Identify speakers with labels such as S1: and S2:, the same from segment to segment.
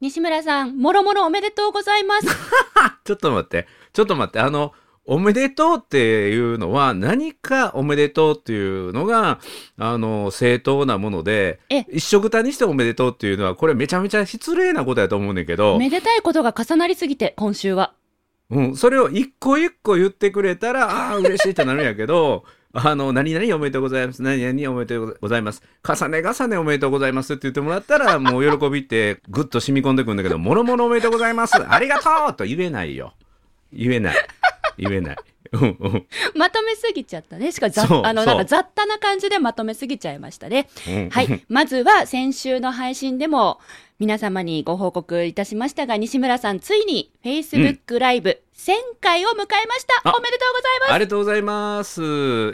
S1: 西村さん、もろもろおめでとうございます。
S2: ちょっと待って。ちょっと待って。あの、おめでとうっていうのは、何かおめでとうっていうのが、あの、正当なもので
S1: え、
S2: 一緒くたにしておめでとうっていうのは、これめちゃめちゃ失礼なことやと思うねんけど、
S1: めでたいことが重なりすぎて、今週は。
S2: うん、それを一個一個言ってくれたら、ああー、嬉しいってなるんやけど、 あの、何々おめでとうございます。何々おめでとうございます。重ね重ねおめでとうございますって言ってもらったら、もう喜びってぐっと染み込んでくるんだけど、もろもろおめでとうございます。ありがとうと言えないよ。言えない。言えない。うんうん
S1: まとめすぎちゃったね。しかもざ
S2: そう
S1: あの、
S2: そ
S1: な
S2: うん
S1: か雑多な感じでまとめすぎちゃいましたね。
S2: うん
S1: はい。まずは先週の配信でも皆様にご報告いたしましたが、西村さんついに Facebook ライブ1000回を迎えました、
S2: あ
S1: おめでとうございます
S2: ありがとうございます。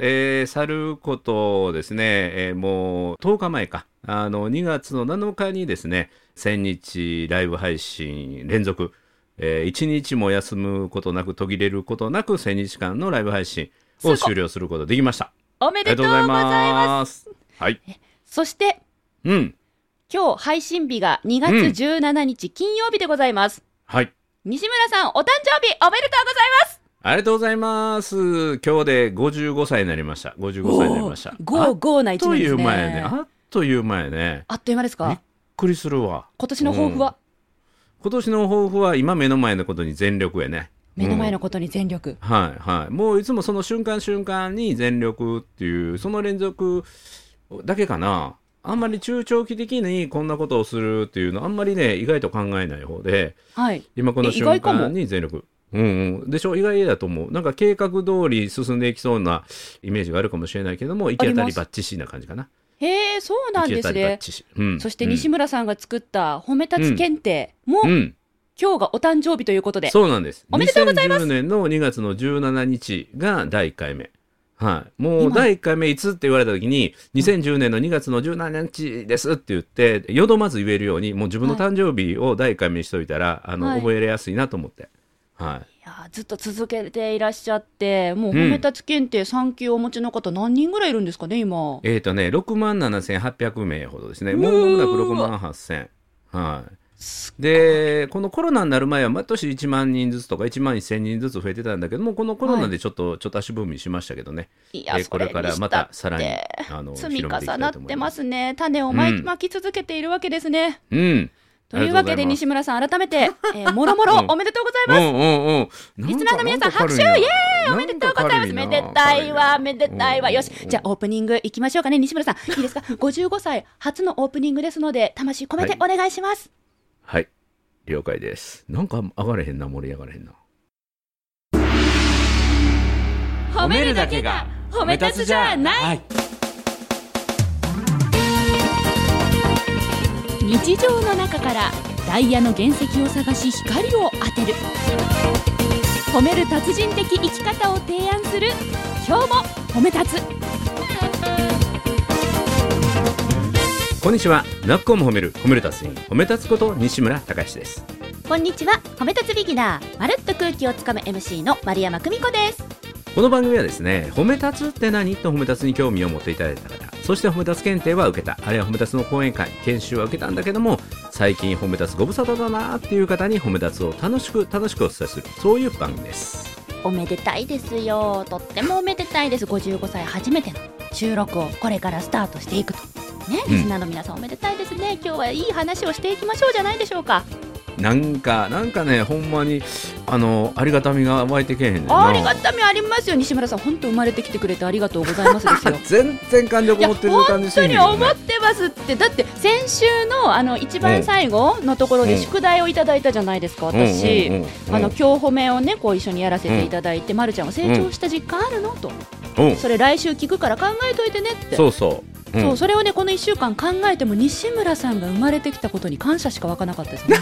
S2: えー、去ることですね、えーもう10日前か、あの、2月の7日にですね、1000日ライブ配信連続、え1日も休むことなく、途切れることなく、1000日間のライブ配信を終了することができました。
S1: おめ
S2: あ
S1: で
S2: りが
S1: と
S2: と
S1: う
S2: う
S1: ご
S2: ご
S1: ざ
S2: ざ
S1: い
S2: い
S1: ます。
S2: ます。はい。
S1: そして、
S2: うん。
S1: 今日配信日が2月17日金曜日でございます。
S2: はい。
S1: 西村さんお誕生日おめでとうございます
S2: ありがとうございます。今日で55歳になりました。55歳になりました。
S1: ゴーゴーな
S2: あっ
S1: 一
S2: と
S1: 年
S2: い
S1: です
S2: う
S1: ね。
S2: 前やね。あっという前やね。
S1: あっという間です
S2: びっ
S1: か
S2: くりするわ。
S1: 今年の抱負は、
S2: 今年の抱負は今目の前のことに全力やね
S1: 目の前のことに全力。
S2: はいはいもういつもその瞬間瞬間に全力っていうその連続だけかなあんまり中長期的にこんなことをするっていうのあんまりね意外と考えない方で
S1: はい。
S2: 今この
S1: え意
S2: 瞬
S1: 外かも
S2: 間に全力うんうん、でしょ意外だと思うなんか計画通り進んでいきそうなイメージがあるかもしれないけども行き当たりばっちしな感じかな
S1: へえ、そうなん
S2: 行
S1: で
S2: き当
S1: す
S2: たりばっ
S1: ね。
S2: ちし、うん、
S1: そして西村さんが作った褒め立つ検定も、
S2: うん、うん
S1: 今日がお誕生日ということで。
S2: そうなんです。
S1: おめでとうございます
S2: 2010年の2月の17日が第1回目。はい。もう
S1: 今
S2: 第1回目いつって言われた時に、2010年の2月の17日ですって言って、よどまず言えるように、もう自分の誕生日を第1回目にしといたら、あの、
S1: はい
S2: 覚えやすいなと思って。はい
S1: やーずっと続けていらっしゃって、もう褒め立つ検定3級お持ちの方何人ぐらいいるんですかね、今
S2: い。。えっ、とね、6万7800名ほどですね。
S1: うー
S2: も
S1: わ
S2: う間もなく6万8000。はい。
S1: す
S2: で、このコロナになる前は毎年1万人ずつとか1万1000人ずつ増えてたんだけども、このコロナでちょっと、ちょっと足踏みしましたけどね。
S1: い
S2: え
S1: や、
S2: ー
S1: そ
S2: こ
S1: れ
S2: れ
S1: に
S2: から
S1: し
S2: ま
S1: たったて
S2: さらにあの
S1: 積み重
S2: 広めていきたい
S1: なっ
S2: と思
S1: て
S2: い
S1: ま
S2: ます。
S1: すね。種をま
S2: う
S1: き
S2: ん
S1: まき続けているわけですね。
S2: うん。
S1: というわけで、西村さん、改めて、えーもろもろ
S2: うん
S1: おめでとうござい
S2: うん
S1: ます。
S2: うんうん。
S1: リスナーの皆さん、拍手イエーイおめでとうございますめでたいわ、めでたいわ。よし。じゃあ、オープニングいきましょうかね。西村さん、いいです か ?55 歳初のオープニングですので、魂込めてお願いします。
S2: あ。はい。了解です。なんか上がれへんな、盛り上がれへんな。
S1: 褒
S2: はい。
S1: 日常の中からダイヤの原石を探し光を当てる褒める達人的生き方を提案する今日も褒め立つ
S2: こんにちは。なっこも褒める、褒める達人、褒め立つこと西村隆史です。
S1: こんにちは褒め立つビギナーまるっと空気をつかむ MC の丸山久美子です
S2: この番組はですね、褒め立つって何と褒め立つに興味を持っていただいた方、そして褒め立つ検定は受けた、あるいは褒め立つの講演会、研修は受けたんだけども、最近褒め立つご無沙汰だなっていう方に褒め立つを楽しく楽しくお伝えする、そういう番組です。
S1: おめでたいですよとってもおめでたいです55歳初めての収録をこれからスタートしていくとね
S2: うん
S1: リスナーの皆さんおめでたいですね今日はいい話をしていきましょうじゃないでしょうか
S2: なんか、なんかね、ほんまに、あの、ありがたみが湧いてけえへんねんな
S1: ありがたみありますよ西村さん本当生まれてきてくれてありがとうございます ですよ
S2: 全然感情
S1: い
S2: こ
S1: や
S2: もってる感じ
S1: 本
S2: し
S1: 当
S2: てん
S1: に
S2: ねんけど
S1: 思
S2: ね
S1: ってますってだって先週のあの一番最後のところ
S2: う
S1: で
S2: ん
S1: 宿題をいただいたじゃないですか私、
S2: うんうんうんうん
S1: あの今日褒めをねこう一緒にやらせていただいて、まるちゃんは成長した実感あるのと
S2: うん
S1: それ来週聞くから考えといてねって
S2: そうそう、うん
S1: そうそれをねこの1週間考えても西村さんが生まれてきたことに感謝しか湧かなかったですね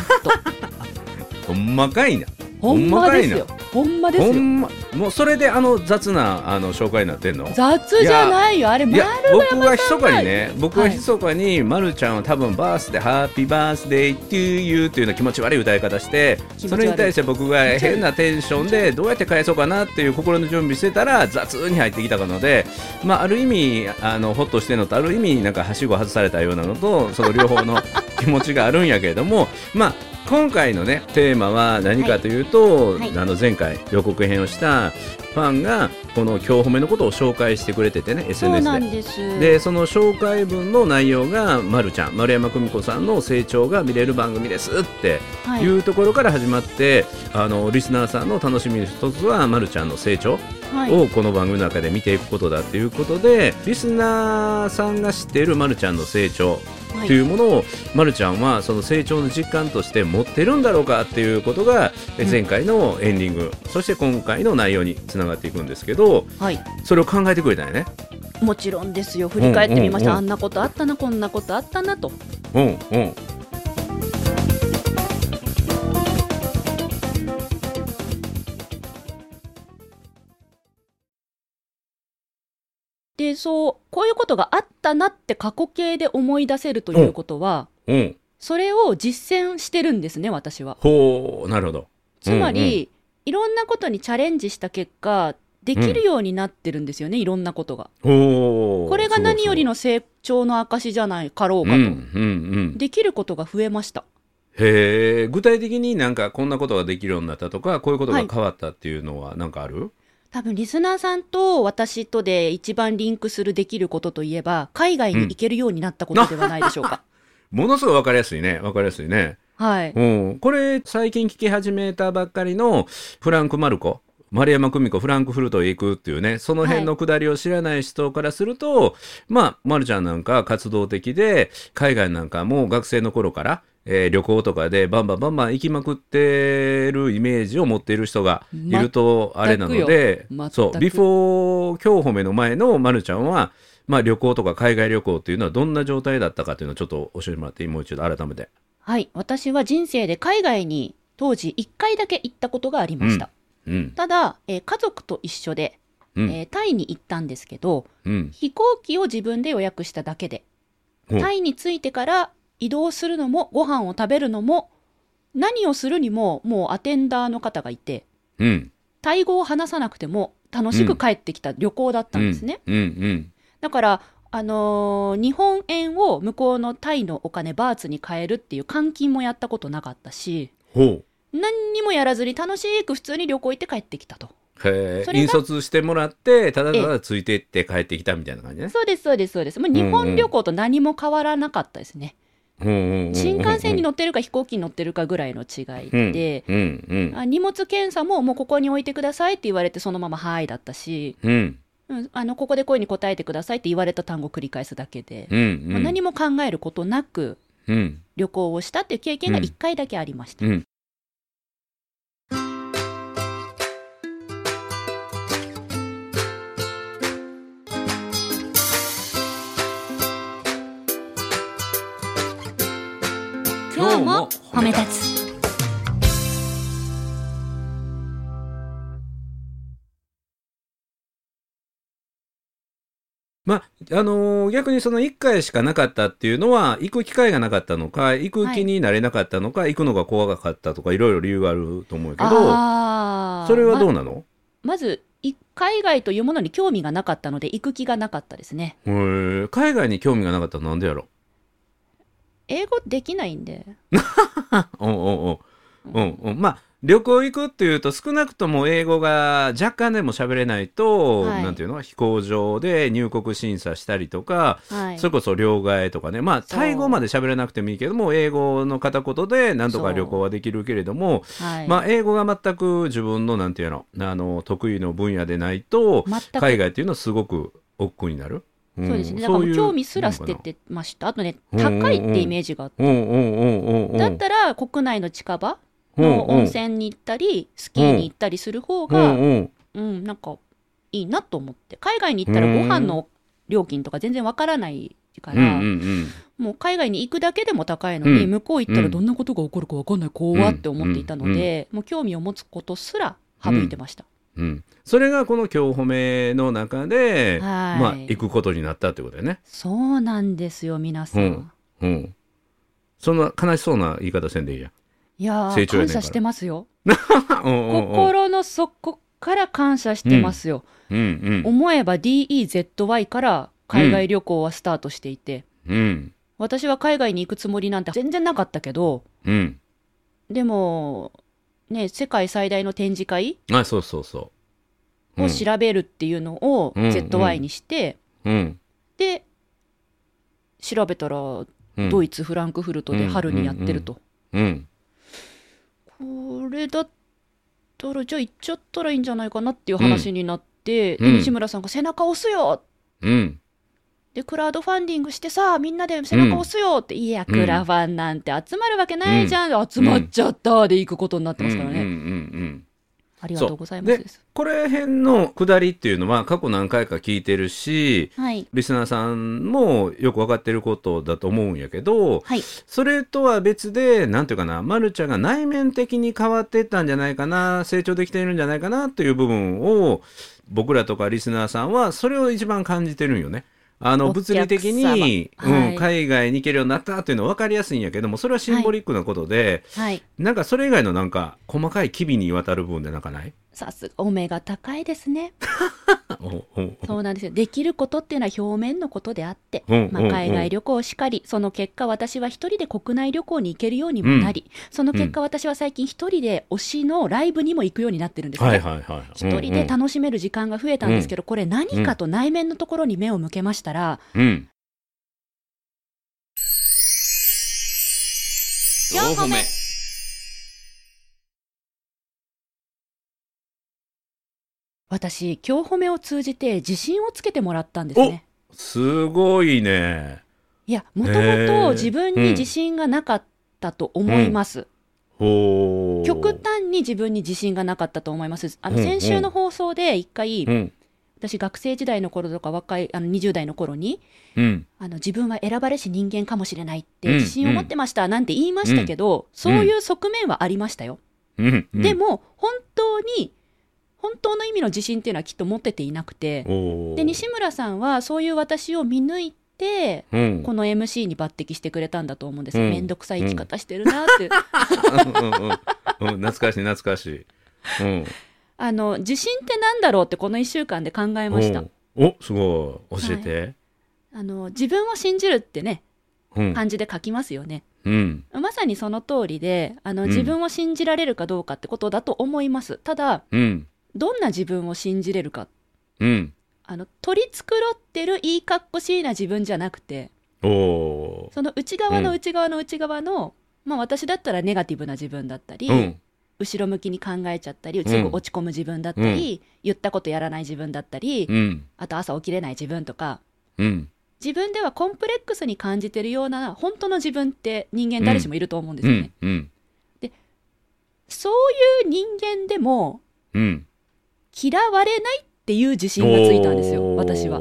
S2: ほんまかいな
S1: ほんまですよ ほんまで
S2: ほ
S1: すよ
S2: んまもうそれであの雑なあの紹介になってんの
S1: 雑じゃないよあれ
S2: い
S1: 丸
S2: や
S1: は
S2: 僕は密かにね僕は
S1: はい
S2: 密かに、まるちゃんは多分バースデーハッピーバースデートゥーユーっていうような気持ち悪い歌い方して
S1: 気持ち悪い
S2: それに対して僕が
S1: 気持ち悪い
S2: 変なテンションでどうやって返そうかなっていう心の準備してたら雑に入ってきたので、まあ、ある意味あのホッとしてるのと ある意味なんかはしご外されたようなのとその両方の気持ちがあるんやけれどもまあ今回のねテーマは何かというと、
S1: はいはい
S2: あの前回予告編をしたファンがこの今日褒めのことを紹介してくれててね
S1: そう
S2: SNS で
S1: なんです。
S2: でその紹介文の内容が、ま、るちゃん丸山久美子さんの成長が見れる番組ですって
S1: はいい、
S2: うところから始まって、あのリスナーさんの楽しみの一つは、ま、るちゃんの成長
S1: はい、
S2: をこの番組の中で見ていくことだということでリスナーさんが知っているまるちゃんの成長
S1: は
S2: というものを、ま、るちゃんはその成長の実感として持ってるんだろうかっていうことがえ
S1: うん
S2: 前回のエンディング、そして今回の内容につながっていくんですけど
S1: はい、
S2: それを考えてくれたよね。
S1: もちろんですよ。振り返ってみました。
S2: うんうん
S1: あんなことあったな、こんなことあったなと。
S2: うんうん
S1: で、そう、こういうことがあったなって過去形で思い出せるということは、
S2: うん、
S1: それを実践してるんですね、私は。
S2: ほうなるほど。
S1: つまり、
S2: うんうん
S1: いろんなことにチャレンジした結果、できるようになってるんですよね、いろんなことが。
S2: ほう
S1: これが何より
S2: の
S1: の成長の証じゃないかろう
S2: う
S1: かと。
S2: んうんうん、
S1: できることが増えました。
S2: へえ具体的になんかこんなことができるようになったとかこういうこと
S1: は
S2: が
S1: い
S2: 変わったっていうのはなんかある、
S1: 多分リスナーさんと私とで一番リンクするできることといえば、海外に行けるようになったことではないでしょう か。
S2: ものすごいわかりやすいねわかりやすいね。
S1: はい。
S2: うん、これ最近聞き始めたばっかりのフランク・マルコ丸山久美子フランクフルトへ行くっていうねその辺のくだりを知らない人からすると、まあ、ま、るちゃんなんか活動的で海外なんかも学生の頃から、えー旅行とかでバンバンバンバン行きまくってるイメージを持っている人がいるとあれなので
S1: 全くよ
S2: そ
S1: 全
S2: う
S1: く
S2: ビフォー今日褒めの前のまるちゃんは、まあ、旅行とか海外旅行っていうのはどんな状態だったかっていうのをちょっと教えてもらってもう一度改めて。
S1: はい。私は人生で海外に当時1回だけ行ったことがありました。
S2: うん
S1: ただ、えー家族と一緒で、
S2: うん
S1: えータイに行ったんですけど、
S2: うん
S1: 飛行機を自分で予約しただけで、
S2: うん
S1: タイに着いてから移動するのもご飯を食べるのも何をするにももうアテンダーの方がいて、
S2: うん
S1: タイ語を話さなくても楽しく帰ってきた旅行だったんですね。
S2: うんうん
S1: だから、あのー日本円を向こうのタイのお金バーツに変えるっていう換金もやったことなかったし
S2: ほ
S1: 何にもやらずに楽しく普通に旅行行って帰ってきたと
S2: うへえ
S1: それが
S2: 引率してもらってただただついてって帰ってきたみたいな感じね
S1: そうですそうですそうですもう日本旅行と何も変わらなかったですね、新
S2: 新
S1: 幹線に乗ってるか飛行機に乗ってるかぐらいの違いで、
S2: うんうん
S1: あ荷物検査ももうここに置いてくださいって言われてそのまま「はい」だったし、
S2: うん
S1: うん、あのここで声に答えてくださいって言われた単語を繰り返すだけで、
S2: うんうん
S1: もう何も考えることなく
S2: うん
S1: 旅行をしたっていう経験が
S2: うん
S1: 1回だけありました、
S2: うん今日も褒め
S1: 立つ
S2: まああのー逆にその1回しかなかったっていうのは行く機会がなかったのか行く気になれなかったのか、行くのが怖かったとかいろいろ理由があると思うけど
S1: あー
S2: それはど
S1: ま
S2: うなの、
S1: まずい海外というものに興味がなかったので行く気がなかったですね
S2: へえ海外に興味がなかったのなんでやろ
S1: 英語できないんで
S2: うんうんうんうんうんまあ旅行行くっていうと少なくとも英語が若干でも喋れないと、
S1: はい
S2: なんていうの飛行場で入国審査したりとか、
S1: はい
S2: それこそ両替とかねまあ
S1: そう
S2: タイ語まで喋れなくてもいいけども英語の片言でなんとか旅行はできるけれども、
S1: はい、
S2: まあ英語が全く自分のなんていうのあの得意の分野でないと
S1: 全く
S2: 海外っていうのはすごく億劫になる。ん
S1: そうですね。だからも
S2: そう
S1: う
S2: いう
S1: 興味すら捨ててました。あとね、高いってイメージがあって。
S2: うんうんうんうんうん。
S1: だったら、国内の近場の温泉に行ったり、スキーに行ったりする方
S2: うん
S1: が、
S2: うん
S1: うん、なんか、いいなと思って。海外に行ったらご飯の料金とか全然わからないか
S2: うんうん
S1: ら
S2: う、ん
S1: もう海外に行くだけでも高いのに、
S2: うん
S1: 向こう行ったらどんなことが起こるかわかんない、怖って思っていたので、もう興味を持つことすら省いてました。
S2: うん、それがこの今日褒めの中
S1: はい
S2: で、まあ行くことになったってことだよね。
S1: そうなんですよ、皆さ
S2: うん
S1: ん。
S2: うん。そんな悲しそうな言い方せんでいいや。
S1: いや
S2: 成
S1: ー、
S2: 長や
S1: 感
S2: ねんから
S1: 謝してますよ。
S2: うんうんうん
S1: 心の底から感謝してますよ、
S2: うん
S1: 思えば DEZY から海外旅行はスタートしていて、
S2: うんうん
S1: 私は海外に行くつもりなんて全然なかったけど
S2: うん
S1: でも、ね、世界最大の展示会
S2: あそうそうそう。
S1: を調べるっていうのを
S2: うん
S1: ZY にして、
S2: うん
S1: で、調べたら、
S2: うん
S1: ドイツ・フランクフルトで春にやってると。
S2: うん
S1: これだったら、じゃあ行っちゃったらいいんじゃないかなっていう話になって、
S2: うん
S1: で西村さんが背中押すよ
S2: うん
S1: で、クラウドファンディングしてさ、みんなで背中押すよって、いや、クラファンなんて集まるわけないじゃん、集まっちゃったで行くことになってますからね。
S2: うんうんうん
S1: ありがとうございま
S2: そう
S1: す
S2: で
S1: です。
S2: これ辺の下りっていうのは過去何回か聞いてるし
S1: はい。
S2: リスナーさんもよく分かってることだと思うんやけど
S1: はい。
S2: それとは別でなんていうかな、ま、るちゃんが内面的に変わってったんじゃないかな成長できているんじゃないかなという部分を僕らとかリスナーさんはそれを一番感じてるんよね。あの
S1: お客
S2: 物
S1: 様
S2: 理的に、
S1: は
S2: う
S1: い
S2: ん、海外に行けるようになったというのは分かりやすいんやけどもそれはシンボリックなことで、
S1: はい。
S2: なんかそれ以外のなんか細かい機微にわたる部分でなんかない
S1: さすが、お目が高いですね。
S2: おおお
S1: そうなんですよ。できることっていうのは表面のことであって、
S2: うん
S1: ま
S2: う
S1: あ、
S2: ん
S1: 海外旅行しかり、その結果私は一人で国内旅行に行けるようにもなり、その結果私は最近一人で推しのライブにも行くようになってるんですね。
S2: はいはいはい。
S1: 一人で楽しめる時間が増えたんですけど、これ何かと内面のところに目を向けましたら、
S2: うん。
S1: 4個目私、今日褒めを通じて自信をつけてもらったんですね。
S2: すごいね。
S1: いや、もと
S2: へ
S1: も
S2: ー
S1: と自分に自信がなかったと思います。
S2: ほー
S1: 極端に自分に自信がなかったと思います。あの
S2: うん
S1: 先週の放送で一回、
S2: うん。
S1: 私学生時代の頃とか若いあの20代の頃に
S2: うん。
S1: あの自分は選ばれし人間かもしれないって
S2: うん
S1: 自信を持ってましたなんて言いましたけど、そういう側面はありましたよ。
S2: うん。うん
S1: で、も本当に本当の意味の自信っていうのはきっと持ってていなくて
S2: おー
S1: で西村さんはそういう私を見抜いて
S2: うん。
S1: この MC に抜擢してくれたんだと思うんですよ。
S2: うん
S1: めんどくさい生き方してるなって、
S2: うんうんうんうん懐かしい懐かしい。うん。
S1: あの自信ってなんだろうってこの1週間で考えました。
S2: おおすごい教えて。
S1: あの自分を信じるってね
S2: うん
S1: 漢字で書きますよね、
S2: うん
S1: まさにその通りであの
S2: うん
S1: 自分を信じられるかどうかってことだと思います、ただ
S2: うん
S1: どんな自分を信じれるか
S2: うん。
S1: あの取り繕ってるいいかっこしいな自分じゃなくて
S2: おお
S1: その内側の
S2: うん
S1: 内側の内側の、まあ私だったらネガティブな自分だったり、
S2: ー。うん
S1: 後ろ向きに考えちゃったりすぐ落ち込む自分だったり、言ったことやらない自分だったり、
S2: うん
S1: あと朝起きれない自分とか
S2: うん
S1: 自分ではコンプレックスに感じてるような本当の自分って人間誰しもいると思うんです
S2: う
S1: よね、
S2: んうん
S1: そういう人間でも
S2: うん。
S1: 嫌われないっていう自信がついたんですよ
S2: おー
S1: 私は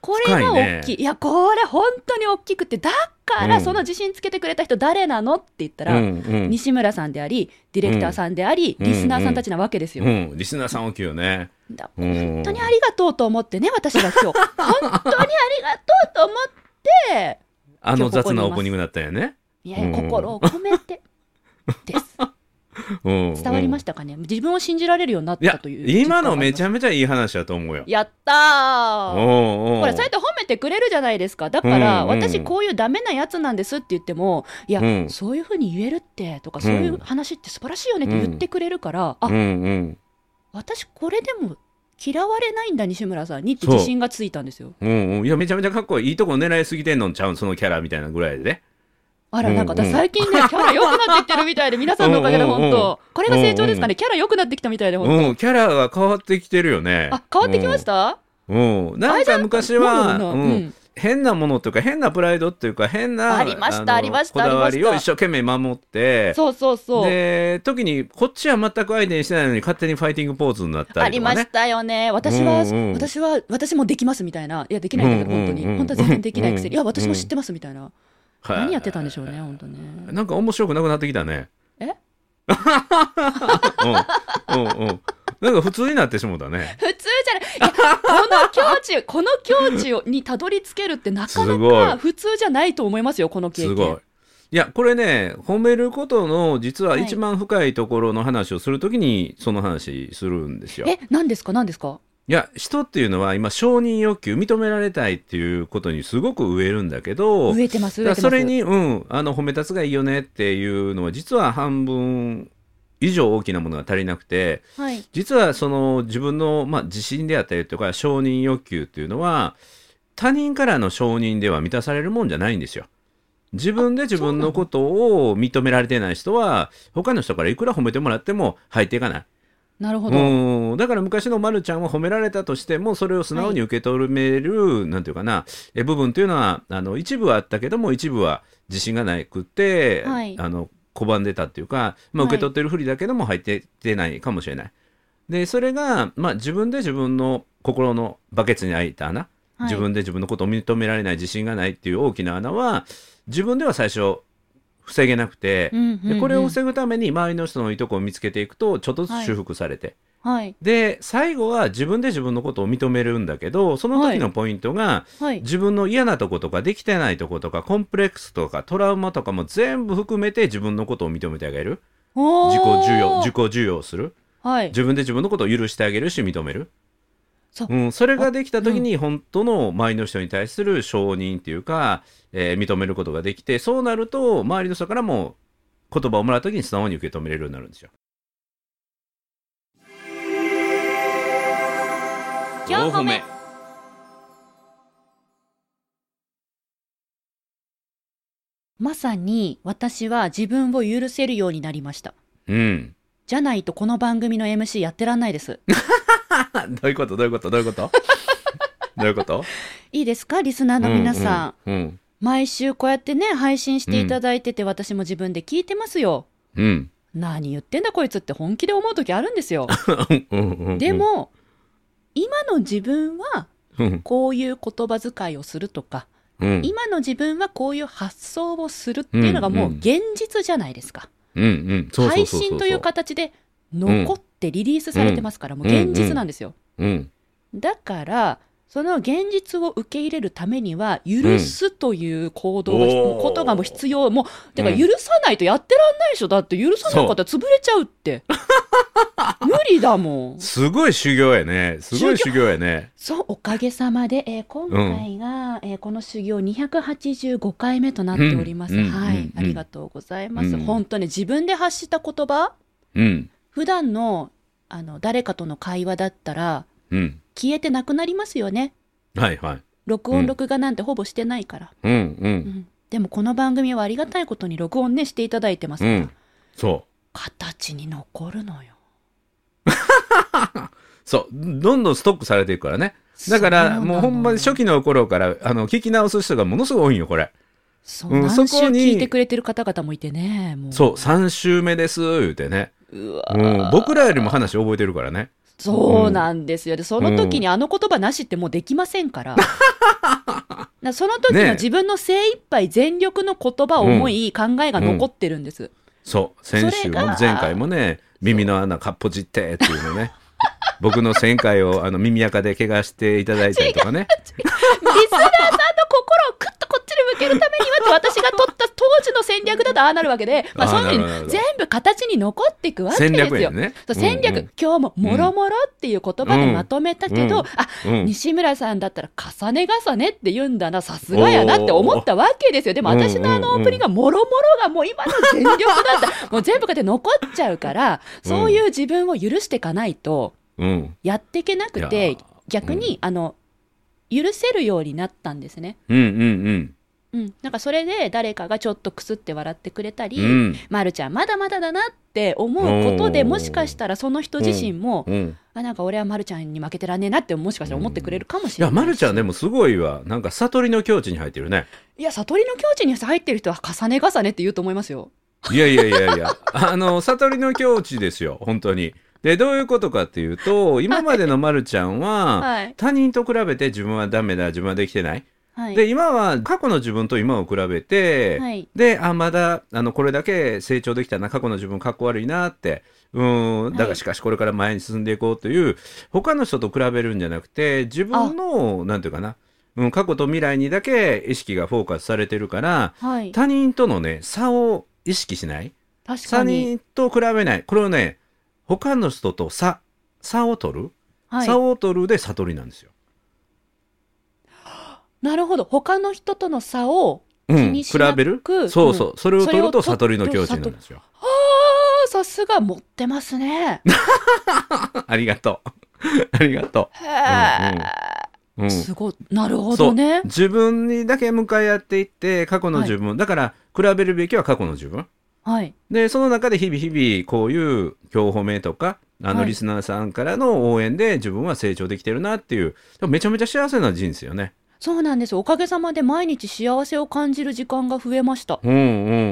S1: これ
S2: 深
S1: が
S2: いね
S1: 大きいい,、やこれ本当に大きくてだか
S2: う
S1: ら
S2: ん
S1: その自信つけてくれた人誰なのって言ったら、
S2: うんうん
S1: 西村さんでありディレクターさんであり、
S2: うん
S1: リスナーさんたちなわけですよ、
S2: うん、リスナーさん大きいよね。
S1: だ
S2: うん
S1: 本当にありがとうと思ってね私は今日本当にありがとうと思って
S2: あの雑
S1: 今
S2: な
S1: 日ここにいます
S2: オープニングだったよね。
S1: いやいや
S2: うん
S1: 心を込めてです
S2: 伝
S1: 伝わりましたかね自分を信じられるようになっ
S2: いや
S1: たという
S2: 今のめち
S1: ゃ
S2: ゃめちゃいい話だと思うよ。
S1: やったー
S2: ほ
S1: ほら、そうやって褒めてくれるじゃないですか。だから、
S2: うんうん
S1: 私こういうダメなやつなんですって言っても、いや、
S2: うん
S1: そういうふうに言えるって、とか、そういう話って素晴らしいよねって言ってくれるから、
S2: う
S1: あ、
S2: んうん
S1: 私これでも嫌われないんだ、西村さんにって
S2: そう
S1: 自信がついたんですよ。
S2: うんうん、いやめちゃめちゃかっこいいいいとこ狙いすぎてんのんちゃうんそのキャラみたいなぐらいでね
S1: あら、なんか
S2: うんうん
S1: 私最近 ね、キャラ良くなってきてるみたいで、皆さんのおかげで
S2: うんうんうん
S1: 本当、これが成長ですかね、キャラ良くなってきたみたいで、本
S2: うんキャラが変わってきてるよね
S1: 当。あ、変わってきまし
S2: す
S1: た
S2: うん、うんなんか昔は、
S1: なんだろう
S2: う
S1: なんうん
S2: 変なものというか変なプライドっていうか変な
S1: ありました
S2: の
S1: ありました
S2: こだわりを
S1: ありま
S2: 一
S1: し
S2: 生懸命守って
S1: そうそうそう。
S2: で時にこっちは全く相手にしてないのに勝手にファイティングポーズになった
S1: あ
S2: り
S1: り
S2: とか
S1: ま
S2: ね
S1: し。たよね。私は、
S2: うんうん
S1: 私は、私もできますみたいな。いや、できないんだけど、
S2: うんうん
S1: 本当に。
S2: うん
S1: 本当は全然できないくせに。いや、私も知
S2: う
S1: っ
S2: ん
S1: てますみたいな。
S2: はい
S1: 何やってたんでしょうね、本当ね。
S2: なんか面白くなくなってきたね。
S1: え
S2: うんうんうん。なんか普通になってしもうたね。
S1: 普通じゃない。いや、この境地、 この境地をにたどり着けるってなか
S2: す
S1: な
S2: ごい
S1: か普通じゃないと思いますよ、この経
S2: す
S1: 験。
S2: ごい。いや、これね、褒めることの実は
S1: はい
S2: 一番深いところの話をするときに、その話するんですよ。
S1: え、何ですか、何ですか。
S2: いや人っていうのは今承認欲求認められたいっていうことにすごく植えるんだけど
S1: 植えてます、植え
S2: だ
S1: て
S2: から
S1: ます。
S2: それに、うん、あの褒めたつがいいよねっていうのは実は半分以上大きなものが足りなくて
S1: はい。
S2: 実はその自分の、まあ、自信であったりとか承認欲求っていうのは他人からの承認では満たされるもんじゃないんですよ。自分で自分のことを認められてない人は他の人からいくら褒めてもらっても入っていかない。
S1: なるほど。
S2: うんだから昔のまるちゃんは褒められたとしてもそれを素直に受け止める、なんていうかなえ部分というのはあの一部はあったけども一部は自信がなくって、
S1: はい
S2: あの拒んでたっていうか、ま
S1: は
S2: あ、
S1: い
S2: 受け取ってるふりだけども入ってってないかもしれない。でそれが、まあ、自分で自分の心のバケツに開いた穴、
S1: はい
S2: 自分で自分のことを認められない自信がないっていう大きな穴は自分では最初防げなくて。
S1: うんうんうん
S2: でこれを防ぐために周りの人のいいとこを見つけていくとちょっとずつ修復されて、
S1: はい。
S2: で最後は自分で自分のことを認めるんだけどその時のポイントが、
S1: はい。
S2: 自分の嫌なとことかできてないとことかコンプレックスとかトラウマとかも全部含めて自分のことを認めてあげる
S1: おー
S2: 自己重要自己重要する
S1: はい。
S2: 自分で自分のことを許してあげるし認める
S1: そう
S2: うん、それができた時に本当の周りの人に対する承認っていうか、えー認めることができてそうなると周りの人からも言葉をもらう時に素直に受け止めれるようになるんですよ。
S1: 四歩目まさに私は自分を許せるようになりました。
S2: うん。
S1: じゃないとこの番組の MC やってらんないです。
S2: あどういうことどういうことどういうこと どういうこと
S1: いいですかリスナーの皆さん。
S2: うんうん
S1: 毎週こうやってね、配信していただいてて、私も自分で聞いてますよ。
S2: うん
S1: 何言ってんだこいつって本気で思う時あるんですよ。
S2: うんうんうん
S1: でも、今の自分は
S2: うん
S1: こういう言葉遣いをするとか、
S2: うん
S1: 今の自分はこういう発想をするっていうのがもう現実じゃないですか。
S2: うんうんそうそう
S1: 配
S2: そうそう
S1: 信という形で残ってリリースされてますから、もう現実なんですよ。
S2: うん
S1: だから、その現実を受け入れるためには、許すという行動が、
S2: おー
S1: ことがもう必要。もう、てか
S2: うん
S1: 許さないとやってらんないでしょ。だって許さなかったら潰れちゃう って。無理だもん。
S2: すごい修行やねすごい修行やね
S1: そう、おかげさまで、えー今回が、えーこの修行285回目となっております。
S2: うん
S1: はい、
S2: うん
S1: ありがとうございます。
S2: うん
S1: 本当ね、自分で発した言葉、
S2: うん
S1: 普段の、あの、誰かとの会話だったら、
S2: うん
S1: 消えてなくなりますよね。
S2: はいはい
S1: 録
S2: う
S1: 音、
S2: ん
S1: 録画なんてほぼしてないから。
S2: うんう
S1: うんんでもこの番組はありがたいことに録音ねしていただいてます
S2: う
S1: から、
S2: んそう
S1: 形に残るのよ
S2: そう、どんどんストックされていくからね。だか
S1: そうな
S2: ら、
S1: の
S2: もうほんまに初期の頃から、あの、聞き直す人がものすごい多いんよ、これ。
S1: そう、
S2: うん
S1: 何
S2: そ
S1: 週
S2: こに
S1: 聞いてくれてる方々もいてねもう
S2: そう、3週目です、言うてね。
S1: うわ
S2: うん、僕らよりも話覚えてるからね。
S1: そうなんですよでその時にあの言葉なしってもうできません から、だからその時
S2: ね
S1: の
S2: え
S1: 自分の精一杯全力の言葉を思い、考えが残ってるんです、
S2: そう、先週も
S1: それが
S2: 前回もね、耳の穴かっぽじってっていうの ね。僕の旋回をあの耳垢で怪我していただいたりとかね。
S1: リスナーさんの心をクッとこっちに向けるためにはって私が取った当時の戦略だとああなるわけで、まあ、
S2: あ
S1: そ
S2: ー
S1: ういう
S2: なるほ
S1: ふう
S2: ど
S1: に全部形に残っていくわけ
S2: 戦
S1: です
S2: 略や
S1: よ。
S2: ね。
S1: そう戦略、今日も「もろもろ」っていう言葉でまとめたけど、
S2: うん
S1: あ
S2: うんうん。うん
S1: 西村さんだったら「重ね重ね」って言うんだなさすがやなって思ったわけですよでも
S2: おー
S1: 私のあのオープニングが「もろもろ」がもう今の全力だったもう全部こうやって残っちゃうからそういう自分を許していかないと
S2: うん。
S1: やっていけなく
S2: いや
S1: て
S2: ー
S1: 逆に、あの許せるようになったんですね。
S2: うんうん
S1: うん、なんかそれで誰かがちょっとくすって笑ってくれたり、
S2: うん。うん。
S1: まるちゃんまだまだだなって思うこと
S2: お
S1: で
S2: ー
S1: もしかしたらその人自身も、
S2: うん。
S1: あなんか俺はまるちゃんに負けてらんねえなってもしかしたら思ってくれるかもし
S2: い
S1: れな
S2: や、
S1: い、
S2: まるちゃんでもすごいわ。なんか悟りの境地に入ってるね。
S1: いや悟りの境地に入ってる人は重ね重ねって言うと思いますよ
S2: いやいやいやいや、あの、悟りの境地ですよ、本当に。で、どういうことかっていうと、今までのまるちゃんは、
S1: はい
S2: 他人と比べて自分はダメだ、自分はできてない。
S1: はい
S2: で、今は過去の自分と今を比べて、
S1: はい
S2: で、あ、まだ、あの、これだけ成長できたな、過去の自分かっこ悪いなって、うん、だ
S1: は
S2: が
S1: い
S2: しかしこれから前に進んでいこうという、他の人と比べるんじゃなくて、自分の、なんていうかな、うん、過去と未来にだけ意識がフォーカスされてるから、
S1: はい
S2: 他人とのね、差を意識しない。
S1: 確か
S2: 他
S1: に
S2: 人と比べない。これをね、他の人と差、差を取る。
S1: はい
S2: 差を取るで悟りなんですよ。
S1: なるほど。他の人との差を
S2: う
S1: 気
S2: ん、
S1: に
S2: 比
S1: しなく
S2: べるそうそう、
S1: うん
S2: それを取ると
S1: それを
S2: 悟
S1: 取
S2: り
S1: ると
S2: の境地になるんですよ。
S1: あーさすが持ってますね。
S2: ありがとう。ありがと
S1: へー
S2: う。うん、
S1: すごい。なるほどね。
S2: 自分にだけ向かい合っていって過去の自分、だから比べるべきは過去の自分
S1: はい。
S2: でその中で日々日々こういう今日褒めとかあの
S1: はい
S2: リスナーさんからの応援で自分は成長できてるなっていうでもめちゃめちゃ幸せな人生よね。
S1: そうなんです。おかげさまで毎日幸せを感じる時間が増えました。
S2: うんうん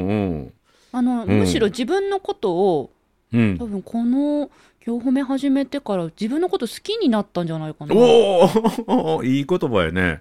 S2: うん
S1: あの、
S2: うん
S1: むしろ自分のことを、
S2: うん
S1: 多、分この、今日褒め始めてから自分のこと好きになったんじゃないかな。
S2: おお いい言葉やね,、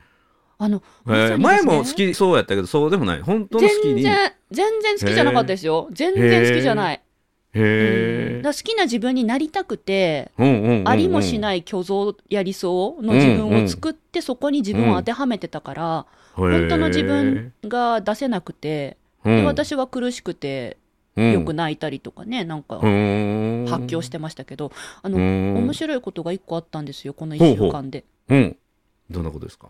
S1: あの、
S2: え
S1: まさにですね
S2: 前も好きそうやったけどそうでもない本当の好き
S1: 全
S2: にへ
S1: 然、全然好きじゃなかったですよ。全然好きじゃない。うんだ
S2: え
S1: から好きな自分になりたくて、
S2: うんうんうんうん
S1: ありもしない虚像や理想の自分を作って、そこに自分を当てはめてたから、本
S2: 本
S1: 当の自分が出せなくて、で私は苦しくて、よく泣いたりとかね、なんか発狂しててましたけど、あの、面
S2: 面
S1: 白いことが一個あったんですよ、この
S2: ほう
S1: 1
S2: ほう
S1: 週間で。
S2: うん。どんなことですか。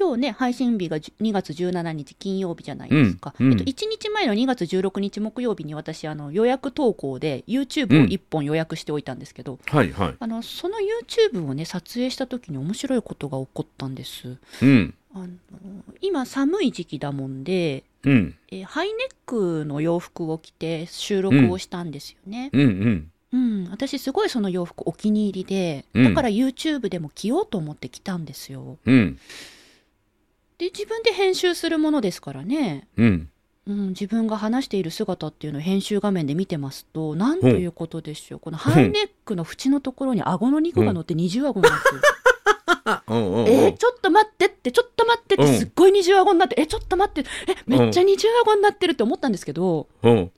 S1: 今日ね、配信日がじ2月17日金曜日じゃないですか。
S2: うんうん
S1: えっと、1日前の2月16日木曜日に私、あの予約投稿で YouTube を1本予約しておいたんですけど、
S2: はいはい。
S1: あのその YouTube をね撮影した時に面白いことが起こったんです
S2: うん。
S1: あの今寒い時期だもんで、
S2: うん。
S1: えーハイネックの洋服を着て収録をしたんですよね、
S2: うんうん。
S1: うん私すごいその洋服お気に入りで
S2: うん
S1: だから YouTube でも着ようと思って着たんですよ
S2: うん。
S1: で自分で編集するものですからね、
S2: うん。
S1: うん、自分が話している姿っていうのを編集画面で見てますとなんということでしょうこのハイネックの縁のところに顎の肉が乗って二重顎なんですよ
S2: あ、お うおうおう
S1: えーちょっと待ってってちょっと待ってって
S2: うん
S1: すっごい二重顎になって、えちょっと待ってえめっちゃ二重顎になってるって思ったんですけど、
S2: おう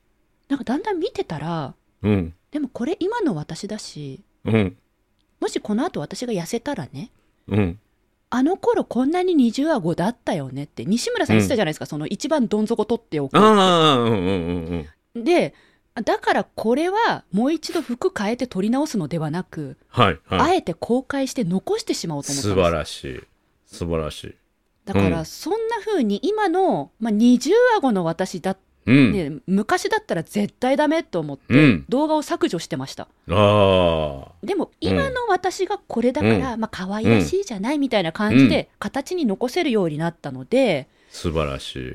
S1: なんかだんだん見てたら
S2: うん。
S1: でもこれ今の私だし
S2: うん。
S1: もしこの後私が痩せたらね
S2: うん。
S1: あの頃こんなに二重顎だったよねって西村さん言ってたじゃないですか、その一番どん底取っておく
S2: ああ、うんうんうんうん。
S1: でだからこれはもう一度服変えて取り直すのではなく、
S2: はいは
S1: あ
S2: い。
S1: えて公開して残してしまおうと思ったん
S2: 素
S1: です
S2: 晴らしい。素晴らしい。
S1: だか
S2: う
S1: ら
S2: ん
S1: そんな風に今の、まあ、二重顎の私だっ
S2: うん。
S1: で昔だったら絶対ダメと思って、
S2: うん
S1: 動画を削除してました
S2: ああ。
S1: でも今の私がこれだから、まあ可愛らしいじゃないみたいな感じで形に残せるようになったので、
S2: 素晴らしい。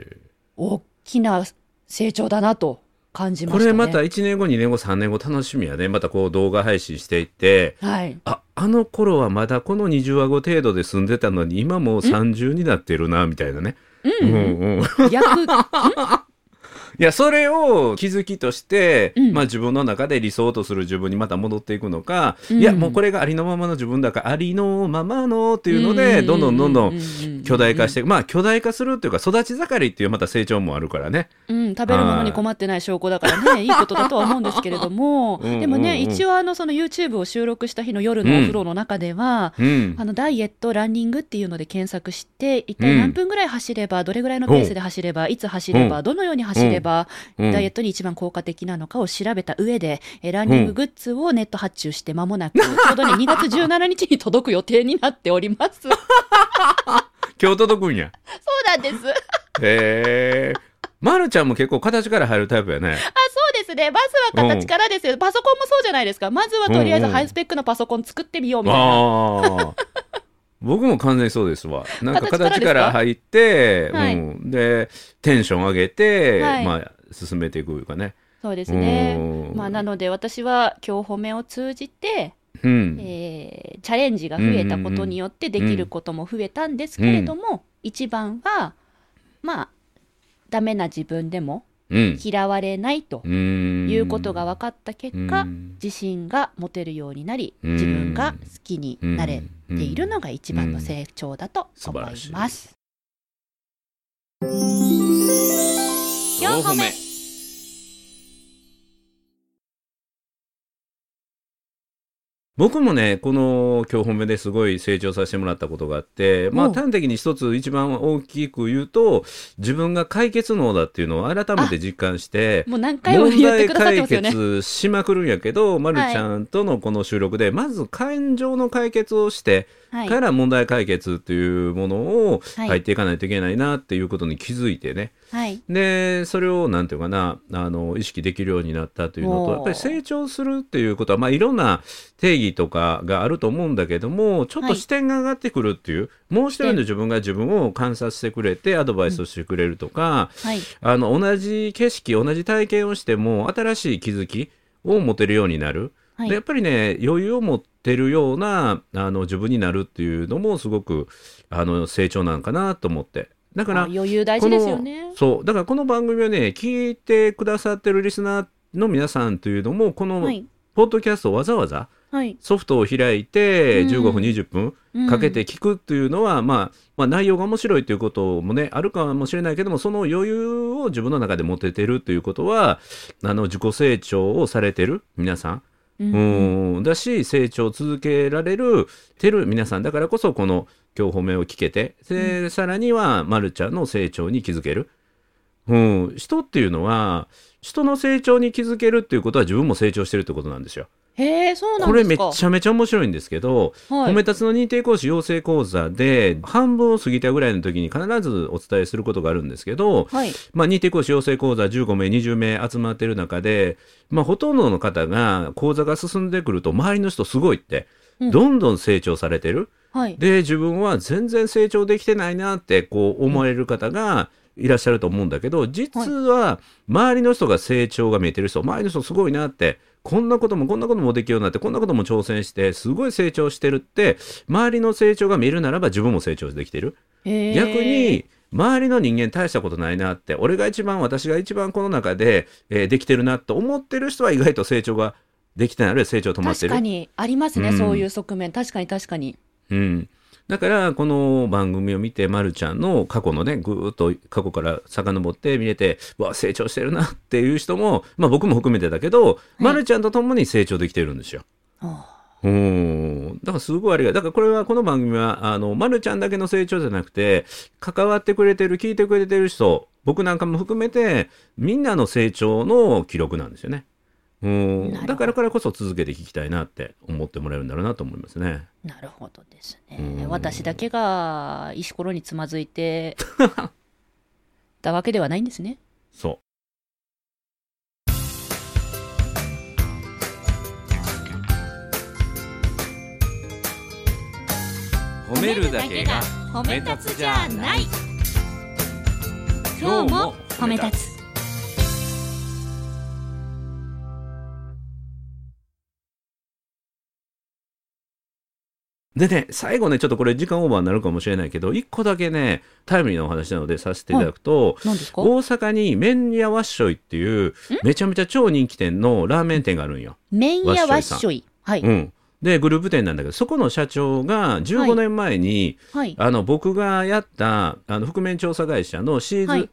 S1: 大きな成長だなと感じまし
S2: こ
S1: たね
S2: れまた1年後、2年後、3年後楽しみやね。またこう動画配信していって、
S1: はい
S2: あ、あの頃はまだこの20話後程度で住んでたのに、今もう30になってるな、みたいなね。
S1: う、
S2: うんんうん。
S1: 逆
S2: いやそれを気づきとして、
S1: うん
S2: まあ、自分の中で理想とする自分にまた戻っていくのか、
S1: うん、
S2: いやもうこれがありのままの自分だからありのままのっていうので、どんどんどんどん巨大化してていく、まあ巨大化するっていうか育ち盛りっていうまた成長もあるからね
S1: うん、食べるものに困ってない証拠だ からねいいことだとは思うんですけれども
S2: うんうんうん
S1: でもね一応あのその YouTube を収録した日の夜のお風呂の中では、
S2: うん
S1: あのダイエット、ランニングっていうので検索して、一体何分ぐらい走れば、どれぐらいのペースで走れば、いつ走れ
S2: う
S1: ば、どのように走れば、
S2: うん
S1: ダイエットに一番効果的なのかを調べた上で、えーランニンググッズをネット発注して間もな く、ちょうどね、2月17日に届く予定になっており ます。そう
S2: 今日届くんや
S1: なんです。あ、そう
S2: へえまるちゃんも結構形から入るタイプやね
S1: ですね。まずは形からですよ。パソコンもそうじゃないですか。まずはとりあえず
S2: うんうん
S1: ハイスペックのパソコン作ってみようみたいな。
S2: ああ僕も完全にそうですわなんか
S1: 形からです
S2: 形
S1: か
S2: から入って、
S1: はい
S2: うん、でテンション上げて、
S1: はい
S2: まあ進めていくいうかね
S1: そうですね。
S2: うん
S1: まあ、なので私は今日褒めを通じて、
S2: うん
S1: えーチャレンジが増えたことによってできることも増えたんですけれども、一番はまあダメな自分でも
S2: うん
S1: 嫌われないとい
S2: いう
S1: ことが分かった結果、
S2: うん
S1: 自信が持てるようになり
S2: うん
S1: 自分が好きになれているのが一番の成長だと思
S2: うん
S1: い
S2: 素晴
S1: ま
S2: ら
S1: す。
S2: 4
S1: 個目
S2: 僕もね、この今日本目ですごい成長させてもらったことがあって、ま
S1: お
S2: あ
S1: う
S2: 端的に一つ一番大きく言うと、自分が解決能だっていうのを改めて実感して、
S1: もう何回も
S2: 問
S1: 言って
S2: 題
S1: くださってま
S2: 解
S1: すよね。
S2: 決しまくるんやけど、まるちゃんとのこの収録で、まず感情の解決をして、
S1: はい。
S2: から問題解決というものを
S1: はい
S2: 入っていかないといけないなっていうことに気づいてね、
S1: はい。
S2: でそれをなんていうかなあの意識できるようになったという
S1: お
S2: のと
S1: ー
S2: やっぱり成長するっていうことは、まあ、いろんな定義とかがあると思うんだけどもちょっ
S1: は
S2: と
S1: い
S2: 視点が上がってくるっていう、もう一人の自分が自分を観察してくれてアドバイスをしてくれるとか、
S1: はい。
S2: あの同じ景色同じ体験をしても新しい気づきを持てるようになる、
S1: は
S2: で
S1: い
S2: やっ。ぱりね余裕を持ってるようなあの自分になるっていうのもすごくあの成長なんかなと思って。だから
S1: あ余裕大
S2: こ
S1: 事
S2: の
S1: ですよね。
S2: そうだからこの番組をね聞いてくださってるリスナーの皆さんというのもこの
S1: はい。
S2: ポッドキャストをわざわざ
S1: はい。
S2: ソフトを開いて
S1: うん
S2: 15分20分
S1: うん
S2: かけて聞くっていうのは、まあ、まあ内容が面白いということもねあるかもしれないけどもその余裕を自分の中で持ててるということはあの自己成長をされてる皆さん
S1: う。
S2: うんんだし成長を続けられるてる皆さんだからこそこの今日褒めを聞けてで、さらにはまるちゃんの成長に気づける、うん、人っていうのは人の成長に気づけるっていうことは自分も成長してるってことなんですよ。
S1: へえ、そうな
S2: こ
S1: ん
S2: れ
S1: で
S2: め
S1: す
S2: っ
S1: か。
S2: ちゃめちゃ面白いんですけど、
S1: は
S2: 褒
S1: い
S2: め立つの認定講師養成講座で半分を過ぎたぐらいの時に必ずお伝えすることがあるんですけど、
S1: はい。
S2: まあ、認定講師養成講座15名、20名集まってる中で、まあ、ほとんどの方が講座が進んでくると、周りの人すごいって、
S1: うん
S2: どんどん成長されてる。
S1: はい。
S2: で、自分は全然成長できてないなって、こう思われる方がいらっしゃると思うんだけど、実は、周りの人が成長が見えてる人、周りの人すごいなって、こんなこともこんなこともできるようになって、こんなことも挑戦して、すごい成長してるって、周りの成長が見えるならば自分も成長できてる。
S1: へえ
S2: 逆に、周りの人間大したことないなって俺が一番私が一番この中で、えーできてるなと思ってる人は意外と成長ができてないあるいは成長止まって
S1: 確
S2: る
S1: かにありますね、
S2: うん
S1: そういう側面。確かに確かに。
S2: うん、だからこの番組を見て、ま、るちゃんの過去のねぐーっと過去から遡って見れてわあ成長してるなっていう人も、まあ、僕も含めてだけど、まるちゃんと共に成長できてるんですよ。
S1: あ
S2: うんだからすごいありがたい。だからこれはこの番組は、あの、まるちゃんだけの成長じゃなくて、関わってくれてる、聞いてくれてる人、僕なんかも含めて、みんなの成長の記録なんですよね。う
S1: なるほ
S2: ん。
S1: ど
S2: だからからこそ続けて聞きたいなって思ってもらえるんだろうなと思いますね。
S1: ーなるほどです
S2: う
S1: ね。
S2: ん
S1: 私だけが石ころにつまずい てたわけではないんですね。
S2: そ
S3: 褒めるだけが褒め立つじゃない
S2: う。
S3: 今日も褒め立
S2: つ。
S3: つ
S2: でね、最後ね、ちょっとこれ時間オーバーになるかもしれないけど、一個だけね、タイムリーなお話なのでさせていただくと、
S1: 何ですか
S2: 大阪に麺屋わっしょいっていうめちゃめちゃ超人気店のラーメン店があるんよ。
S1: 麺屋わ
S2: わ
S1: っ
S2: っ
S1: し
S2: し
S1: ょ
S2: ょ
S1: い。はい。
S2: うん、でグループ店なんだけどそこの社長が15年前に、
S1: はい。
S2: あの僕がやったあの覆面調査会社のシ
S1: は
S2: ー
S1: い
S2: ズ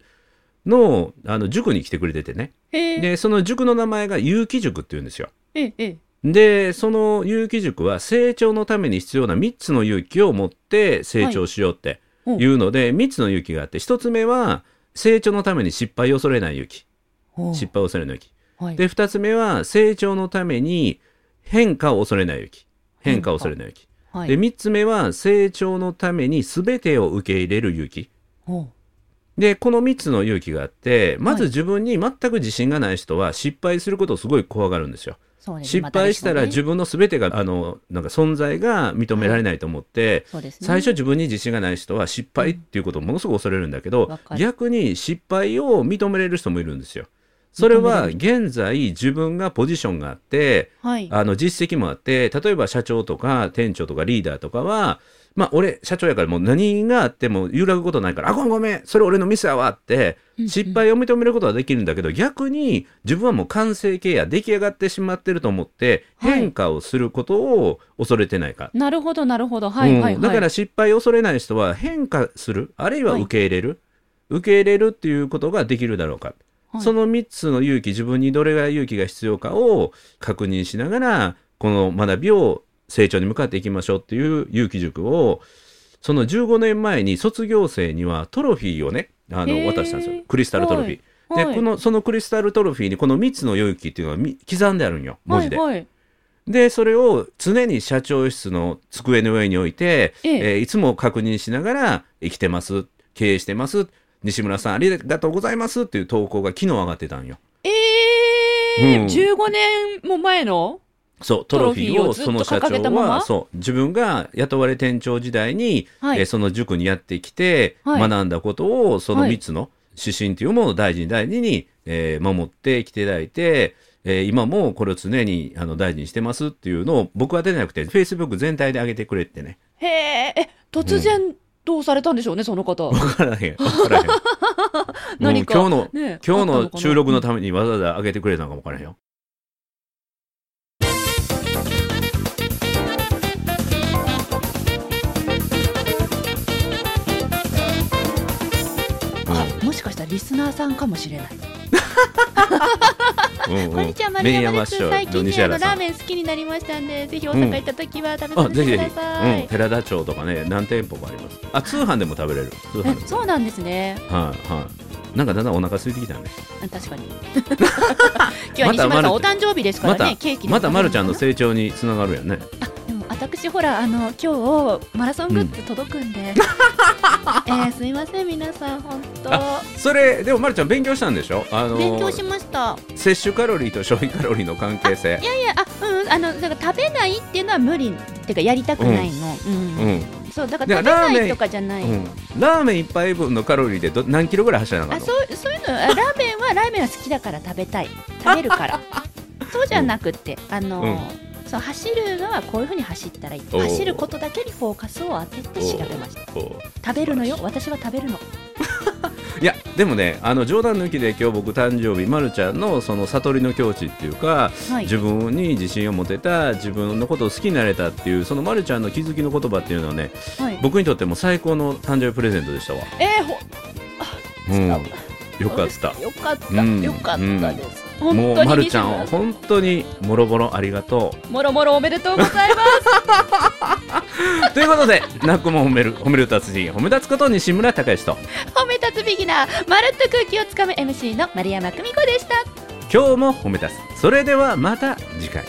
S2: の,、あの塾に来てくれててね
S1: へえ。
S2: でその塾の名前が結城塾っていうんですよ。
S1: ええ、ええ。
S2: でその有機塾は成長のために必要な3つの勇気を持って成長しようって
S1: はい
S2: いうので、3つの勇気があって1つ目は成長のために失敗を恐れない勇気
S1: おう
S2: 失敗を恐れない勇気
S1: はい。
S2: で2つ目は成長のために変化を恐れない勇気変化を恐れない勇気
S1: はい
S2: で3つ目は成長のために全てを受け入れる勇気
S1: おう
S2: でこの3つの勇気があってまず自分に全く自信がない人は失敗することをすごい怖がるんですよ。
S1: そうですね
S2: 失敗したら
S1: ま
S2: 自分の全てがあのなんか存在が認められないと思って、
S1: そうですね
S2: 最初自分に自信がない人は失敗っていうことをものすごく恐れるんだけど、
S1: わかる
S2: 逆に失敗を認めれる人もいるんですよ。それは
S1: 認
S2: 現在自分がポジションがあって
S1: はい。
S2: あの実績もあって例えば社長とか店長とかリーダーとかはまあ俺社長やからもう何があっても揺らぐことないからあごめんごめんそれ俺のミスやわって
S1: うんうん
S2: 失敗を認めることはできるんだけど逆に自分はもう完成形や出来上がってしまってると思って
S1: はい
S2: 変化をすることを恐れてないか。
S1: なるほど、なるほど。はい、はい、は
S2: う
S1: い。
S2: んだから、失敗を恐れない人は変化するあるいは受け入れる、受け入れるっていうことができるだろうか、
S1: はい
S2: その3つの勇気自分にどれぐらい勇気が必要かを確認しながらこの学びを成長に向かっていきましょうっていう勇気塾をその15年前に卒業生にはトロフィーをねあ
S1: へ
S2: の
S1: ー
S2: 渡したんですよクリスタルトロフィー。
S1: はい
S2: で
S1: はい
S2: このそのクリスタルトロフィーにこの3つの勇気っていうのはみ刻んであるんよ文字で。
S1: はいはい
S2: でそれを常に社長室の机の上に置いて、
S1: ええ
S2: えーいつも確認しながら生きてます経営してます西村さんありがとうございますっていう投稿が昨日上がってたんよ。
S1: ええ
S2: うん
S1: 15年も前の
S2: そうトロフィーを
S1: ト
S2: そ
S1: ロフィーをずっ
S2: の
S1: と
S2: 社
S1: 掲げ
S2: 長
S1: たまま
S2: はそう自分が雇われ店長時代に、
S1: はい
S2: えーその塾にやってきて、
S1: はい
S2: 学んだことをその
S1: はい
S2: 3つの指針というものを大事に大事に、えー守ってきていただいて、えー今もこれを常にあの大事にしてますっていうのを僕は出なくて Facebook 全体で上げてくれってね
S1: へええ突然どうされたんでしょうねその 方
S2: 分からへん分からへんもう
S1: 何か
S2: 今日の、
S1: ね
S2: 今日
S1: あった
S2: の
S1: かな
S2: 収録のためにわざわざ上げてくれたのかも分からへんよ。
S1: あもしかしたらリスナーさんかもしれない
S2: こ
S4: こんにちは、丸山です。最近ね、あのラー
S2: ン
S4: メン好きになりましたんで、ぜひ大阪行った時は食べ
S2: あ、
S4: させ
S2: ぜひ
S4: て
S2: ぜ
S4: くだ
S2: ひ、
S4: さ
S2: うん、
S4: い。
S2: 寺田町とかね、何店舗かあります。あ、通販でも食べれる。通販でも
S1: えそうなんですね
S2: はい、はい。なんかだんだんお腹空いてきたね。
S1: あ確 かに今日は西村さん、
S2: また
S1: お誕生日ですから
S2: ま
S1: ね
S2: た、
S1: ケーキでも
S2: またまるちゃんの成長につながるよね。
S4: でも私ほらあの今日マラソングッズ届く んで、えーすいません皆さん本当
S2: それ、でもまるちゃん勉強したんでしょあのー
S4: 勉強しました。
S2: 摂取カロリーと消費カロリーの関係性
S4: い。やいやあうんあのだから食べないっていうのは無理っていうかやりたくないの。うん
S2: うん、
S4: そうだか
S2: いや
S4: ら食べ
S2: ラーメ
S4: な
S2: ン
S4: いとかじゃない。
S2: うん。ラーメン一杯分のカロリーでど何キロぐらい走らなかっ
S4: あ
S2: た
S4: そ
S2: の
S4: うそういうのあラーメンはラーメンは好きだから食べたい食べるからそうじゃなくて、あのーそう走るのはこういうふうに走ったらいい
S2: おう
S4: 走ることだけにフォーカスを当てて調べました
S2: こう
S4: 食べるのよ私は食べるの
S2: いやでもねあの冗談抜きで今日僕誕生日まるちゃんのその悟りの境地っていうか、
S4: はい
S2: 自分に自信を持てた自分のことを好きになれたっていうそのまるちゃんの気づきの言葉っていうのはね
S4: はい
S2: 僕にとっても最高の誕生日プレゼントでしたわ、
S1: えーほ
S2: うん、
S1: そ
S2: よ
S1: う
S2: かった
S1: よかった、
S2: うん
S1: よかったです、
S2: も
S1: 本
S2: う
S1: 当
S2: ま
S1: に
S2: る
S1: 西
S2: ちゃん
S1: 村
S2: を
S1: さん
S2: 本当にもろもろありがと
S1: もろもろおめでとうございます
S2: うということでなっこも褒める褒める達人褒め立つこと西村孝之と
S4: 褒め立つビギナーまるっと空気をつかむ MC の丸山久美子でした
S2: 今日も褒め立つそれではまた次回